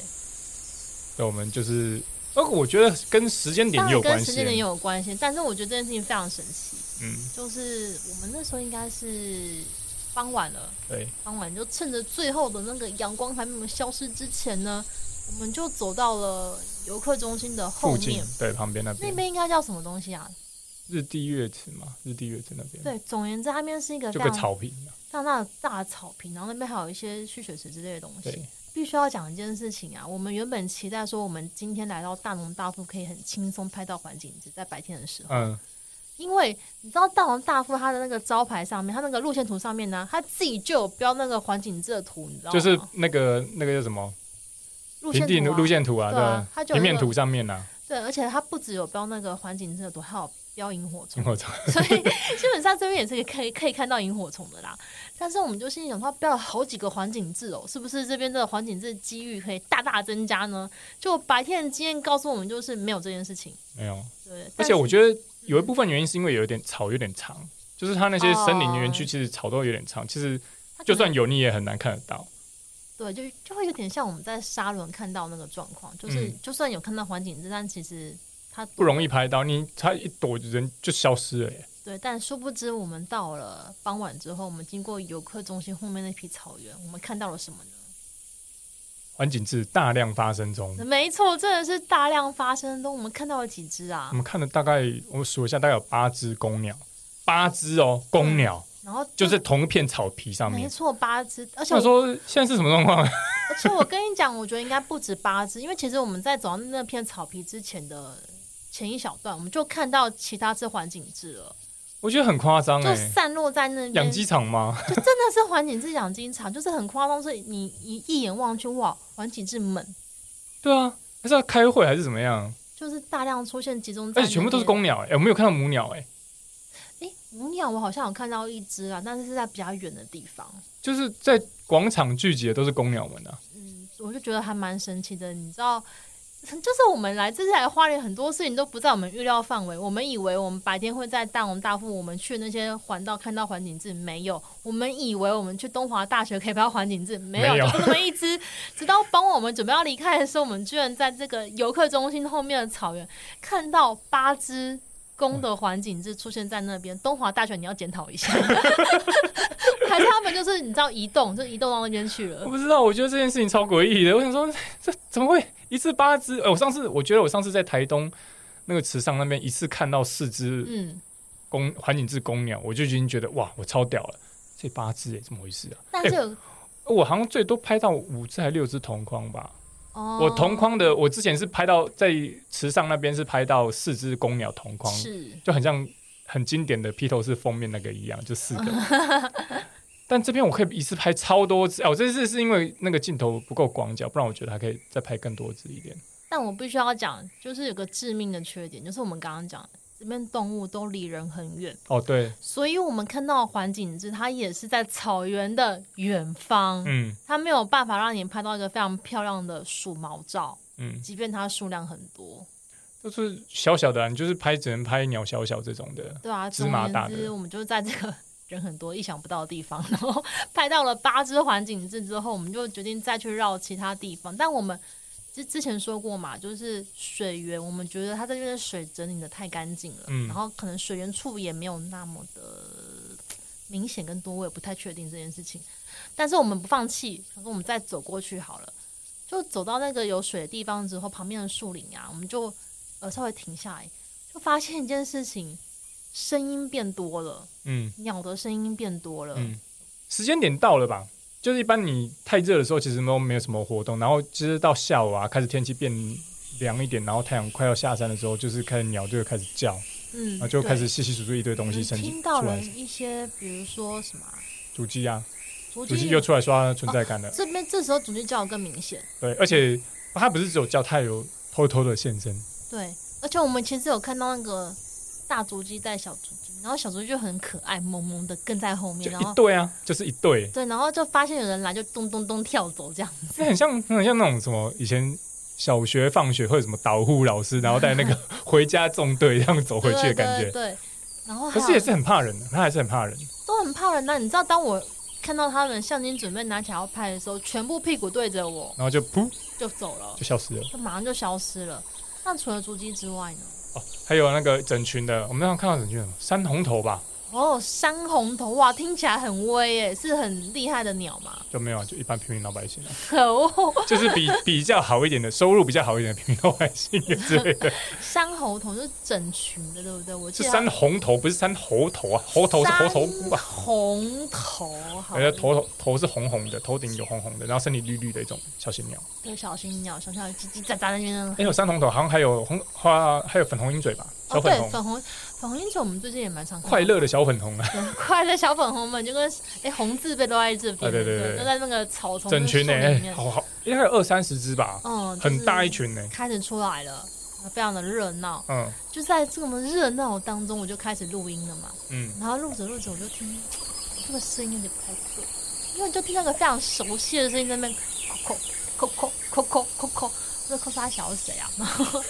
S2: 那我们就是，那个我觉得跟时间点
S1: 当
S2: 也有
S1: 然
S2: 关
S1: 跟
S2: 系。啊
S1: 时间点也有关系，但是我觉得这件事情非常神奇，
S2: 嗯，
S1: 就是我们那时候应该是傍晚了，
S2: 对，
S1: 傍晚就趁着最后的那个阳光还没有消失之前呢，我们就走到了游客中心的后
S2: 附近
S1: 面，
S2: 对旁边那
S1: 那
S2: 边
S1: 边应该叫什么东西啊？
S2: 日地月池嘛，日地月池那边，，
S1: 对，总而言之，它那边是一个
S2: 就
S1: 非
S2: 个
S1: 常
S2: 草坪啊，
S1: 大大的大草坪，然后那边还有一些蓄水池之类的东西。
S2: 对，
S1: 必须要讲一件事情啊，我们原本期待说我们今天来到大农大富可以很轻松拍到环境，只在白天的时候，
S2: 嗯，
S1: 因为你知道大农大富它的那个招牌上面，它那个路线图上面呢，它自己就有标那个环景这图，你知道吗？
S2: 就是那个那个叫什么
S1: 哦路线
S2: 平地
S1: 图、啊、
S2: 路线图啊，
S1: 对啊它
S2: 对，
S1: 就有
S2: 平面
S1: 那个
S2: 图上面啊，
S1: 对，而且它不只有标那个环景这图，还有标萤火虫
S2: 萤，火虫， <laughs>
S1: 所以基本上这边也是可以可以看到萤火虫的啦。但是我们就心里想，它标了好几个环景字哦，是不是这边的环景字机遇可以大大增加呢？就白天的经验告诉我们，就是没有这件事情。
S2: 没有，
S1: 对，
S2: 而
S1: 但
S2: 且
S1: 是
S2: 我觉得有一部分原因是因为有一点草有点长，就是它那些森林园区
S1: 哦
S2: 其实草都有点长，其实
S1: 它可能
S2: 就算有你也很难看得到。
S1: 对，就就会有点像我们在沙轮看到那个状况，就是、
S2: 嗯
S1: 就算有看到环景字，但其实它
S2: 不容
S1: 易。
S2: 易拍到，你它一躲人就消失了耶。
S1: 对，但殊不知我们到了傍晚之后，我们经过游客中心后面那片草原，我们看到了什么呢？
S2: 环景质大量发生中，
S1: 没错，真的是大量发生中，我们看到了几只啊
S2: 我，们看了大概，我数一下，大概有八只公鸟，八只哦，公鸟、
S1: 然后
S2: 就在同一片草皮上
S1: 嗯没
S2: 面。
S1: 错，八只，而且
S2: 那
S1: 我
S2: 说现在是什么状况？ <laughs>
S1: 而且我跟你讲，我觉得应该不止八只，因为其实我们在走到那片草皮之前的前一小段，我们就看到其他只环景雉了，
S2: 我觉得很夸张
S1: 就
S2: 哎，
S1: 散落在那边。
S2: 养鸡场吗？ <laughs>
S1: 就真的是环景雉养鸡场，就是很夸张，所以你一一眼望去，哇，环景雉们
S2: 对啊，还是要开会还是怎么样？
S1: 就是大量出现集中在，
S2: 而且全部都是。公鸟哎、我没有看到母鸟哎、
S1: 哎，母鸟我好像有看到一只啊，但是是在比较远的地方。
S2: 就是在广场聚集的都是公鸟们啊。
S1: 嗯，我就觉得还蛮神奇的，你知道。就是我们来这次来花莲，很多事情都不在我们预料范围。我们以为我们白天会在大龙大富，我们去那些环道看到环景字没有；我们以为我们去东华大学可以拍到环景字没有，
S2: 没有
S1: 就这么一只。直到傍晚我们准备要离开的时候，我们居然在这个游客中心后面的草原看到八只公的环景字出现在那边。东华大学你要检讨一下， <laughs> 还是他们就是你知道移动，就移动到那边去了
S2: 我。不知道，我觉得这件事情超诡异的。我想说，这怎么会一次八只？呃，我上次我觉得我上次在台东那个池上那边一次看到四只
S1: 嗯。
S2: 公环景雉公鸟，我就已经觉得哇，我超屌了。这八只哎，怎么回事啊？
S1: 但是有、
S2: 我好像最多拍到五只还六只同框吧。
S1: 哦，
S2: 我同框的，我之前是拍到在池上那边是拍到四只公鸟同框，
S1: 是
S2: 就很像很经典的披头士封面那个一样，
S1: <laughs>
S2: 就四个。但这边我可以一次拍超多只哦，这次是因为那个镜头不够广角，不然我觉得还可以再拍更多只一点。
S1: 但我必须要讲，就是有个致命的缺点，就是我们刚刚讲的，这边动物都离人很远，
S2: 哦，对，
S1: 所以我们看到的环景是它也是在草原的远方，
S2: 嗯
S1: 它没有办法让你拍到一个非常漂亮的鼠毛照，
S2: 嗯，
S1: 即便它数量很多，
S2: 就是小小的、啊，你就是拍只能拍鸟小小这种的，
S1: 对啊，
S2: 芝
S1: 总
S2: 麻
S1: 而
S2: 大
S1: 言之，
S2: 的
S1: 我们就在这个 <laughs> 人很多、意想不到的地方，然后拍到了八只环景字之后，我们就决定再去绕其他地方。但我们之之前说过嘛，就是水源，我们觉得它这边的水整理的太干净了，
S2: 嗯
S1: 然后可能水源处也没有那么的明显跟多，我也不太确定这件事情。但是我们不放弃，想说我们再走过去好了。就走到那个有水的地方之后，旁边的树林啊，我们就呃稍微停下来，就发现一件事情，声音变多了，
S2: 嗯
S1: 鸟的声音变多了。
S2: 嗯。时间点到了吧？就是一般你太热的时候，其实都没有什么活动，然后其实到下午啊，开始天气变凉一点，然后太阳快要下山的时候，就是开始鸟就会开始叫，
S1: 嗯，
S2: 然后就
S1: 对
S2: 开始稀稀疏疏一堆东西
S1: 我
S2: 生
S1: 们
S2: 出
S1: 听到
S2: 出
S1: 了
S2: 来，
S1: 一些，比如说什么啊
S2: 主机啊，
S1: 竹
S2: 主机
S1: 鸡
S2: 又出来刷存在感了。
S1: 这边这时候竹鸡叫得更明显，
S2: 对，而且它不是只有叫，它有偷偷的现身。
S1: 对，而且我们其实有看到那个大竹鸡带小竹鸡，然后小竹鸡就很可爱，萌萌的跟在后面，
S2: 就
S1: 然
S2: 一
S1: 后
S2: 对啊，就是一对，
S1: 对，然后就发现有人来就咚咚咚跳走这样子。
S2: 那很像很像那种什么以前小学放学会有什么导护老师，然后带那个 <laughs> 回家纵队这样走回去的感
S1: 对对
S2: 觉。
S1: 对，然后还
S2: 可
S1: 有
S2: 是也是很怕人的，他还是很怕人。
S1: 都很怕人呐、你知道，当我看到他们相机准备拿起来要拍的时候，全部屁股对着我
S2: 然后就噗
S1: 就走了
S2: 就，消失了。
S1: 就马上就消失了。那除了竹鸡之外呢？
S2: 哦，还有那个整群的，我们刚刚看到整群的山红头吧，
S1: 哦，山红头哇，听起来很威耶，是很厉害的鸟嘛？
S2: 就没有啊，就一般平民老
S1: <laughs>
S2: 百姓啊，
S1: 可恶，
S2: 就是比比较好一点的，收入比较好一点的平民老百姓
S1: <laughs>
S2: 之
S1: 啊
S2: 类的。
S1: 山猴头是整群的，对不对？我记
S2: 是
S1: 得
S2: 山红头，不是山猴头啊，猴头是猴头哎菇吧？
S1: 红头，好，
S2: 人家头头头是红红的，头顶有红红的，然后身体绿绿的一种小型鸟。
S1: 对小心鸟，小心鸟叽叽喳喳在那边。
S2: 哎，有山红头，好像还有红花，还有粉红鹰嘴吧，小
S1: 哦，
S2: 粉
S1: 对，
S2: 红，
S1: 粉红粉红英雄，我们最近也蛮常看到
S2: 快乐的小粉红啊，
S1: 对快乐小粉红们就跟哎红字辈都在这边，
S2: 啊对对对
S1: 都在那个草丛
S2: 整群呢、哎
S1: 的树里面，
S2: 好好，应该有二三十只吧，
S1: 嗯，就是
S2: 很大一群呢、
S1: 开始出来了，非常的热闹。
S2: 嗯
S1: 就在这么热闹当中，我就开始录音了嘛。
S2: 嗯，
S1: 然后录着录着，我就听这个声音有点不太对，因为就听到个非常熟悉的声音在那边扣扣扣扣扣扣扣，我说扣杀小是谁啊？ <laughs> 然后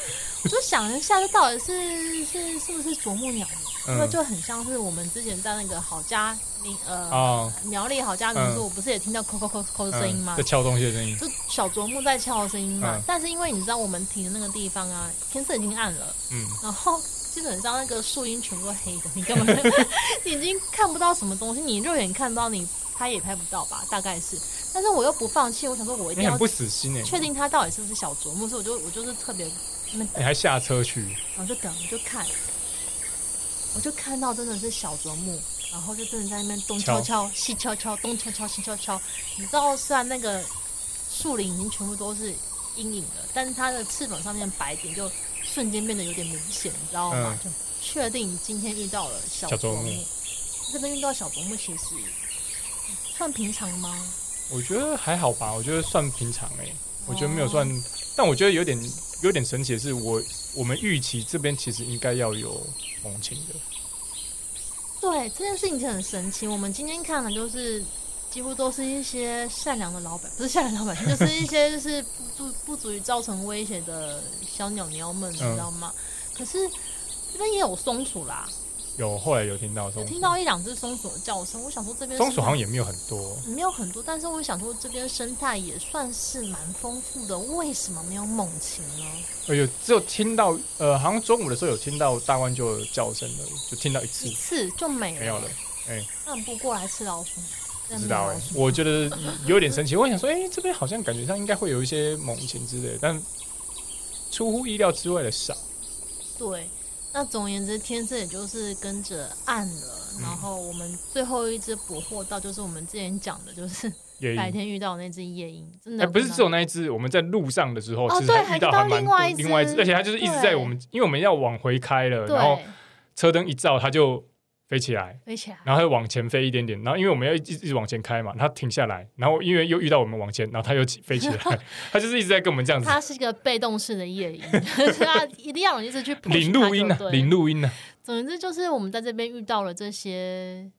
S1: 我就想了一下，这到底是是是不是啄木鸟呢？因为
S2: 嗯
S1: 就很像是我们之前在那个好家民呃
S2: 哦，
S1: 苗栗好家民宿，我不是也听到扣扣扣扣的声音吗
S2: 嗯在？敲东西的声音，
S1: 就小啄木在敲的声音嘛
S2: 嗯。
S1: 但是因为你知道我们停的那个地方啊，天色已经暗了，
S2: 嗯。
S1: 然后基本上那个树荫全部黑的，你根本就 <laughs> 你已经看不到什么东西，你肉眼看不到，你拍也拍不到吧，大概是。但是我又不放弃，我想说我一定
S2: 你很
S1: 要
S2: 不死心哎、
S1: 确定它到底是不是小啄木，所以我就我就是特别
S2: 你欸还下车去，
S1: 然后就等，我就看，我就看到真的是小啄木，然后就真的在那边东敲敲西敲敲，东敲敲西敲敲。你知道，虽然那个树林已经全部都是阴影了，但是它的翅膀上面白点就瞬间变得有点明显，你知道吗？就确定今天遇到了嗯小
S2: 小啄
S1: 啄
S2: 木
S1: 木。这边遇到小啄木其实算平常吗？
S2: 我觉得还好吧，我觉得算平常哎、我觉得没有
S1: 哦
S2: 算，但我觉得有点有点神奇的是我，我们预期这边其实应该要有猛禽的，
S1: 对，这件事情很神奇。我们今天看的就是几乎都是一些善良的老板，不 <laughs> 是善良老百姓，就是一些就是不足不足以造成威胁的小鸟鸟们，
S2: 嗯
S1: 你知道吗？可是这边也有松鼠啦，
S2: 有后来有听到
S1: 有
S2: 松鼠
S1: 听，到一两只松鼠的叫声。我想说这边
S2: 松鼠好像
S1: 也
S2: 也没有很多，
S1: 没有很多，但是我想说这边生态也算是蛮丰富的，为什么没有猛禽呢？
S2: 呃，有只有听到呃，好像中午的时候有听到大冠鹫的叫声了，就听到一次
S1: 一，次就没了，
S2: 没有了，
S1: 那不过来吃老鼠？
S2: 不
S1: 真的
S2: 知道哎、
S1: 没有老哦鼠
S2: 我觉得有点神奇，我想说，哎、这边好像感觉上应该会有一些猛禽之类的，但出乎意料之外的少。
S1: 对，那总而言之，天色也就是跟着暗了。
S2: 嗯
S1: 然后我们最后一只捕获到，就是我们之前讲的，就是
S2: 也
S1: 白天遇到的那只夜鹰，真
S2: 哎、
S1: 的、
S2: 不是只有那一只，我们在路上的时候，
S1: 哦
S2: 其实
S1: 对还
S2: 遇到
S1: 遇到
S2: 还蛮
S1: 另
S2: 多
S1: 外一
S2: 另外一只，
S1: 只
S2: 而且它就是一直
S1: 对
S2: 在我们，因为我们要往回开了，然后
S1: 对
S2: 车灯一照，它就飞起来，
S1: 飞起来，
S2: 然后它往前飞一点点，然后因为我们要一直一直往前开嘛，它停下来，然后因为又遇到我们往前，然后它又起飞
S1: <laughs>
S2: 起来，它就是一直在跟我们这样子
S1: 它是一个被动式的夜鹰， <laughs> 就是它一定要有一
S2: <laughs>
S1: 只去 push
S2: 领
S1: 它
S2: 录
S1: 就
S2: 音呢、啊，
S1: 对
S2: 领录音呢、
S1: 总之就是我们在这边遇到了这些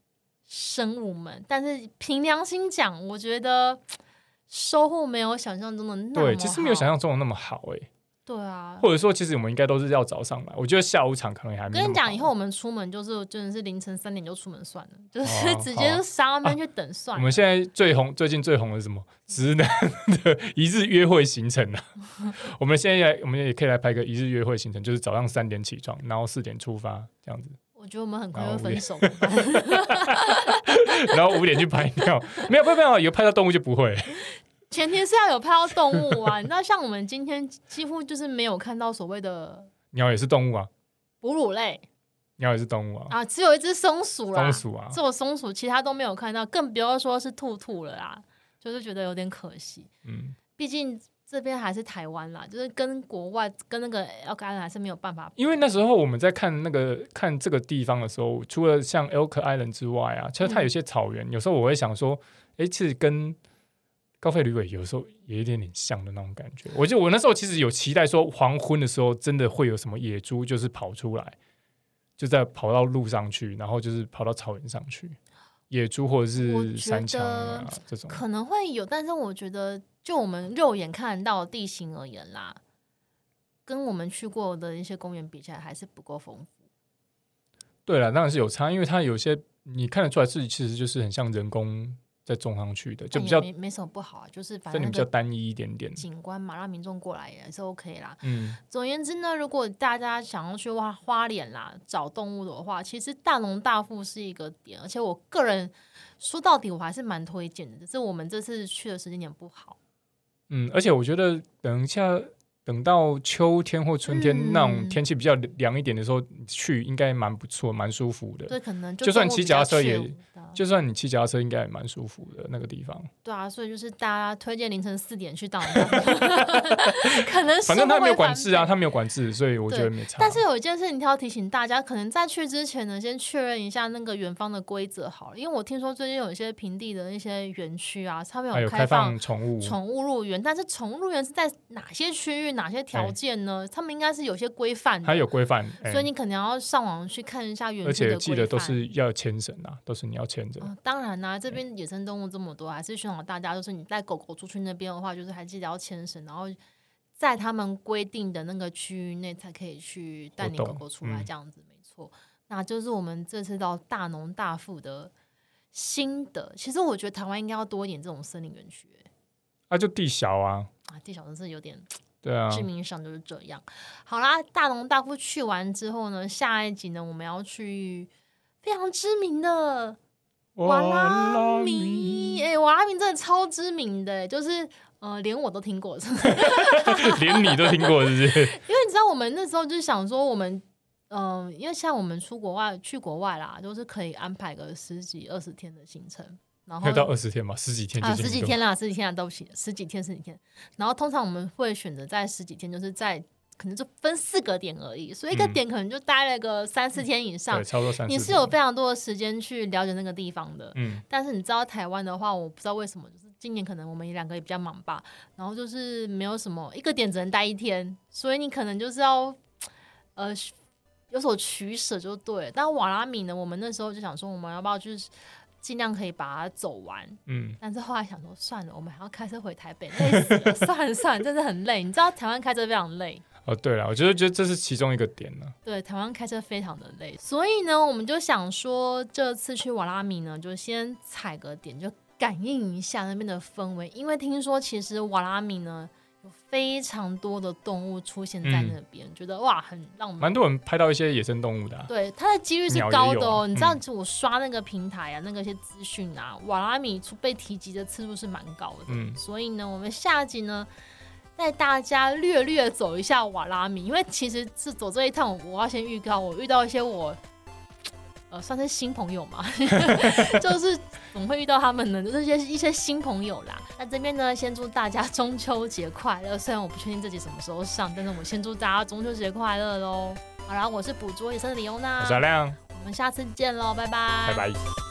S1: 生物们，但是凭良心讲，我觉得收获没有想象中的那么
S2: 对，其实没有
S1: 好
S2: 想象中的那么好哎、
S1: 对啊，
S2: 或者说其实我们应该都是要早上来，我觉得下午场可能也还没那么好。
S1: 跟你讲，以后我们出门就是真的是凌晨三点就出门算了，就是
S2: 哦
S1: 直接就上班去等算
S2: 我
S1: 了。
S2: 们现在最红，最近最红的是什么？直男的一日约会行程 <laughs> 啊！我们现在也我们也可以来拍个一日约会行程，就是早上三点起床，然后四点出发这样子，
S1: 我觉得我们很快会
S2: 然后五
S1: 分
S2: 点
S1: 手，怎么办
S2: 然后五点去拍尿。没有，没有，没有，有拍到动物就不会。 <laughs>
S1: 前提是要有拍到动物啊。你知道，像我们今天几乎就是没有看到所谓的
S2: 鸟也是动物啊，
S1: 哺乳类
S2: 鸟也是动物啊，
S1: 啊，只有一只松鼠啦，
S2: 松鼠啊。
S1: 只有松鼠，其他都没有看到，更不要说是兔兔了啦，就是觉得有点可惜。
S2: 嗯，
S1: 毕竟这边还是台湾啦，就是跟国外跟那个奥克兰还是没有办法
S2: 因为那时候我们在看那个看这个地方的时候，除了
S1: 嗯
S2: 像 Elk Island 之外啊，其实它有些草原，有时候我会想说，诶，其实跟高飞旅委有时候也有一点点像的那种感觉。我就我那时候其实有期待说，黄昏的时候真的会有什么野猪，就是跑出来，就在跑到路上去，然后就是跑到草原上去，野猪或者
S1: 我
S2: 是
S1: 觉
S2: 山羌啊
S1: 得
S2: 这种。
S1: 可能会有，但是我觉得就我们肉眼看到的地形而言啦，跟我们去过的一些公园比起来，还是不够丰富。
S2: 对了，当然是有差，因为它有些你看得出来自己其实就是很像人工在种上去的，就
S1: 但
S2: 比
S1: 也
S2: 较
S1: 哎没没什么不好啊，就是反
S2: 这
S1: 正
S2: 里
S1: 那
S2: 比较
S1: 个
S2: 单一一点点。
S1: 景观嘛，让民众过来也是 OK 啦。
S2: 嗯，
S1: 总而言之呢，如果大家想要去花花莲啦找动物的话，其实大龙大富是一个点，而且我个人说到底我还是蛮推荐的，只是我们这次去的时间点不好。
S2: 嗯，而且我觉得等一下，等到秋天或春天、
S1: 嗯
S2: 那种天气比较凉一点的时候去，应该蛮不错，蛮舒服的。
S1: 对，可能
S2: 就算
S1: 动物
S2: 骑
S1: 比较
S2: 脚踏车也
S1: chill 的
S2: 就算你骑脚踏车，应该也蛮舒服的那个地方。
S1: 对啊，所以就是大家推荐凌晨四点去到，
S2: <laughs>
S1: <laughs> 可能
S2: 反正
S1: 他
S2: 它没有管制啊，。它没有管制，所以我觉得没差。
S1: 但是有一件事情要提醒大家，可能在去之前呢，先确认一下那个园方的规则好了，因为我听说最近有一些平地的一些园区啊，他们
S2: 还有
S1: 开
S2: 哎开
S1: 放
S2: 放宠物，
S1: 宠物入园，但是宠物入园是在哪些区域、哪些条件呢？他们应该是有些规范
S2: 它
S1: 的，
S2: 哎有规范，哎
S1: 所以你可能要上网去看一下园
S2: 而
S1: 区的规
S2: 且
S1: 范。
S2: 记得都是要牵绳啊，都是你要牵着。
S1: 嗯，当然啦、这边野生动物这么多，还是宣导大家，就是你带狗狗出去那边的话，就是还记得要牵绳，然后在他们规定的那个区域内才可以去带你
S2: 活
S1: 狗
S2: 动
S1: 狗出来，
S2: 嗯
S1: 这样子、没错。那就是我们这次到大农大富的新的，其实我觉得台湾应该要多一点这种森林园区、欸
S2: 啊，就地小啊，
S1: 啊，地小真是有点
S2: 对啊，
S1: 致命伤就是这样。好啦，大农大富去完之后呢，下一集呢我们要去非常知名的瓦拉米，哎、瓦拉米真的超知名的、就是呃，连我都听过。 <laughs> 因为
S2: <laughs> 连你都听过是不是？
S1: 你知道，我们那时候就想说，我们嗯、呃因为像我们出国外去国外啦，都、是可以安排个十几二十天的行程， <laughs> 然
S2: 没
S1: 后
S2: 有到二十天吧，十几天就
S1: 啊，
S2: 已经
S1: 十几
S2: 够
S1: 天啦，十几天啦，对不起，十几天，十几天。然后通常我们会选择在十几天，就是在可能就分四个点而已，所以一个
S2: 嗯
S1: 点可能就待了个三四天以上
S2: 对，，差不多三。
S1: 你是有非常多的时间去了解那个地方的。
S2: 嗯，
S1: 但是你知道台湾的话，我不知道为什么，就是今年可能我们两个也比较忙吧，然后就是没有什么一个点只能待一天，所以你可能就是要呃有所取舍就对了。但瓦拉米呢，我们那时候就想说，我们要不要就是尽量可以把它走完，
S2: 嗯，
S1: 但是后来想说算了，我们还要开车回台北，累死了， <laughs> 算了算了，真的很累。你知道台湾开车非常累，
S2: 哦，对了，我觉得觉得这是其中一个点呢、
S1: 对，台湾开车非常的累，所以呢，我们就想说，这次去瓦拉米呢，就先踩个点，就感应一下那边的氛围，因为听说其实瓦拉米呢有非常多的动物出现在那边，觉得哇，很让我们
S2: 蛮多人拍到一些野生动物 <laughs> 的、啊，
S1: 对它的几率是高的哦。
S2: 鸟也有啊
S1: 你知道，我刷那个平台啊，那个一些资讯啊，瓦拉米出被提及的次数是蛮高的。
S2: 嗯
S1: 所以呢，我们下集呢。带大家略略走一下瓦拉米，因为其实是走这一趟，我要先预告，我遇到一些我，呃，算是新朋友嘛， <laughs> 就是总会遇到他们呢，就是一些一些新朋友啦。那这边呢，先祝大家中秋节快乐，虽然我不确定这集什么时候上，但是我先祝大家中秋节快乐喽。好啦，我是捕捉野生的李欧娜，
S2: 我是阿亮，
S1: 我们下次见喽，拜拜，
S2: 拜拜。